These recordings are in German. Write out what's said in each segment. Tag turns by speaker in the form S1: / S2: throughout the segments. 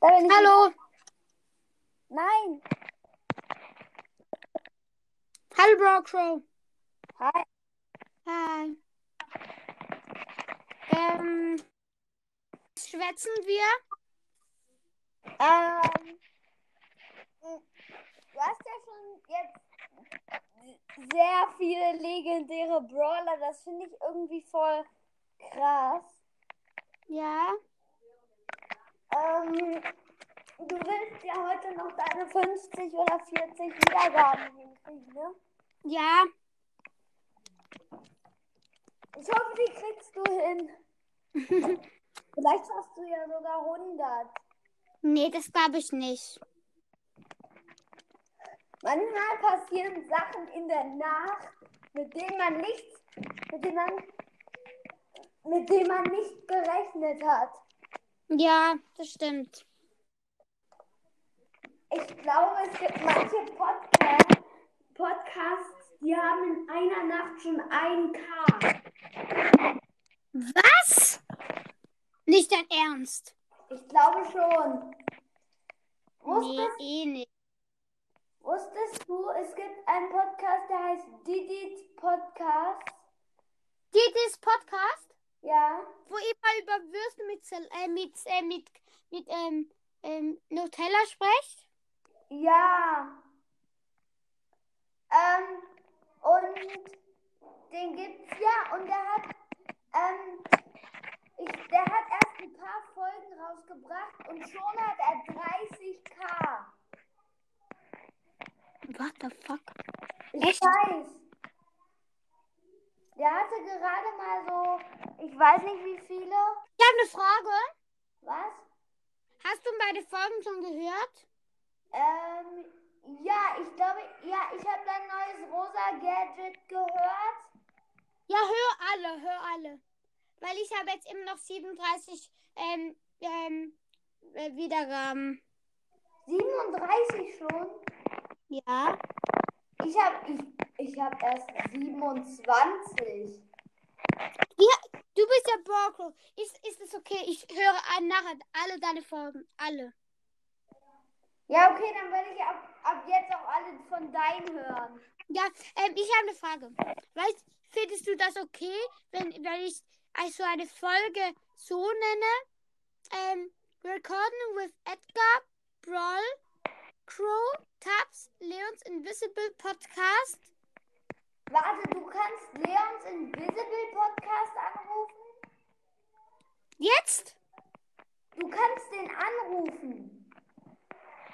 S1: Da bin ich
S2: Hallo.
S1: Nein.
S2: Hallo, Bro Crow.
S1: Hi.
S2: Hi. Ähm, was schwätzen wir?
S1: Ähm, du hast ja schon jetzt sehr viele legendäre Brawler. Das finde ich irgendwie voll krass.
S2: Ja.
S1: Ähm, du willst ja heute noch deine 50 oder 40 Wiedergaben hinkriegen, ne?
S2: Ja.
S1: Ich hoffe, die kriegst du hin. Vielleicht schaffst du ja sogar 100.
S2: Nee, das glaube ich nicht.
S1: Manchmal passieren Sachen in der Nacht, mit denen man nichts, mit denen man, mit denen man nicht gerechnet hat.
S2: Ja, das stimmt.
S1: Ich glaube, es gibt manche Podcasts, Podcasts die haben in einer Nacht schon einen K.
S2: Was? Nicht dein Ernst.
S1: Ich glaube schon.
S2: Nee,
S1: Wusstest,
S2: eh nicht.
S1: wusstest du, es gibt einen Podcast, der heißt Didis Podcast?
S2: Dieses Podcast?
S1: Ja.
S2: wo immer über Würsten mit, Sal- äh, mit, äh, mit, mit ähm, ähm, Nutella sprecht.
S1: Ja. Ähm, und den gibt's ja und der hat, ähm, ich, der hat erst ein paar Folgen rausgebracht und schon hat er 30k.
S2: What the fuck?
S1: Ich
S2: Echt?
S1: weiß. Der hatte gerade mal so, ich weiß nicht wie viele,
S2: Ich habe eine Frage.
S1: was?
S2: Hast du beide Folgen schon gehört?
S1: Ähm, ja, ich glaube, ja, ich habe dein neues rosa Gadget gehört.
S2: Ja, hör alle, hör alle. Weil ich habe jetzt immer noch 37 ähm, ähm, äh, Wiedergaben.
S1: 37 schon.
S2: Ja.
S1: Ich hab ich, ich hab erst 27.
S2: Du bist der Borko. Ist, ist es okay? Ich höre an- nachher alle deine Folgen. Alle.
S1: Ja, okay, dann werde ich ab, ab jetzt auch alle von deinen hören.
S2: Ja, ähm, ich habe eine Frage. Weißt, findest du das okay, wenn, wenn ich also eine Folge so nenne? Ähm, Recording with Edgar, Brawl, Crow, Tabs, Leons Invisible Podcast.
S1: Warte, du kannst Leons Invisible Podcast anrufen?
S2: Jetzt?
S1: Du kannst den anrufen.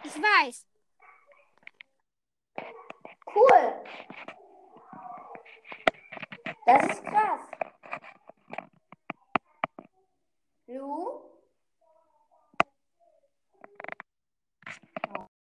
S2: Ich weiß.
S1: Cool. Das ist krass. Lu?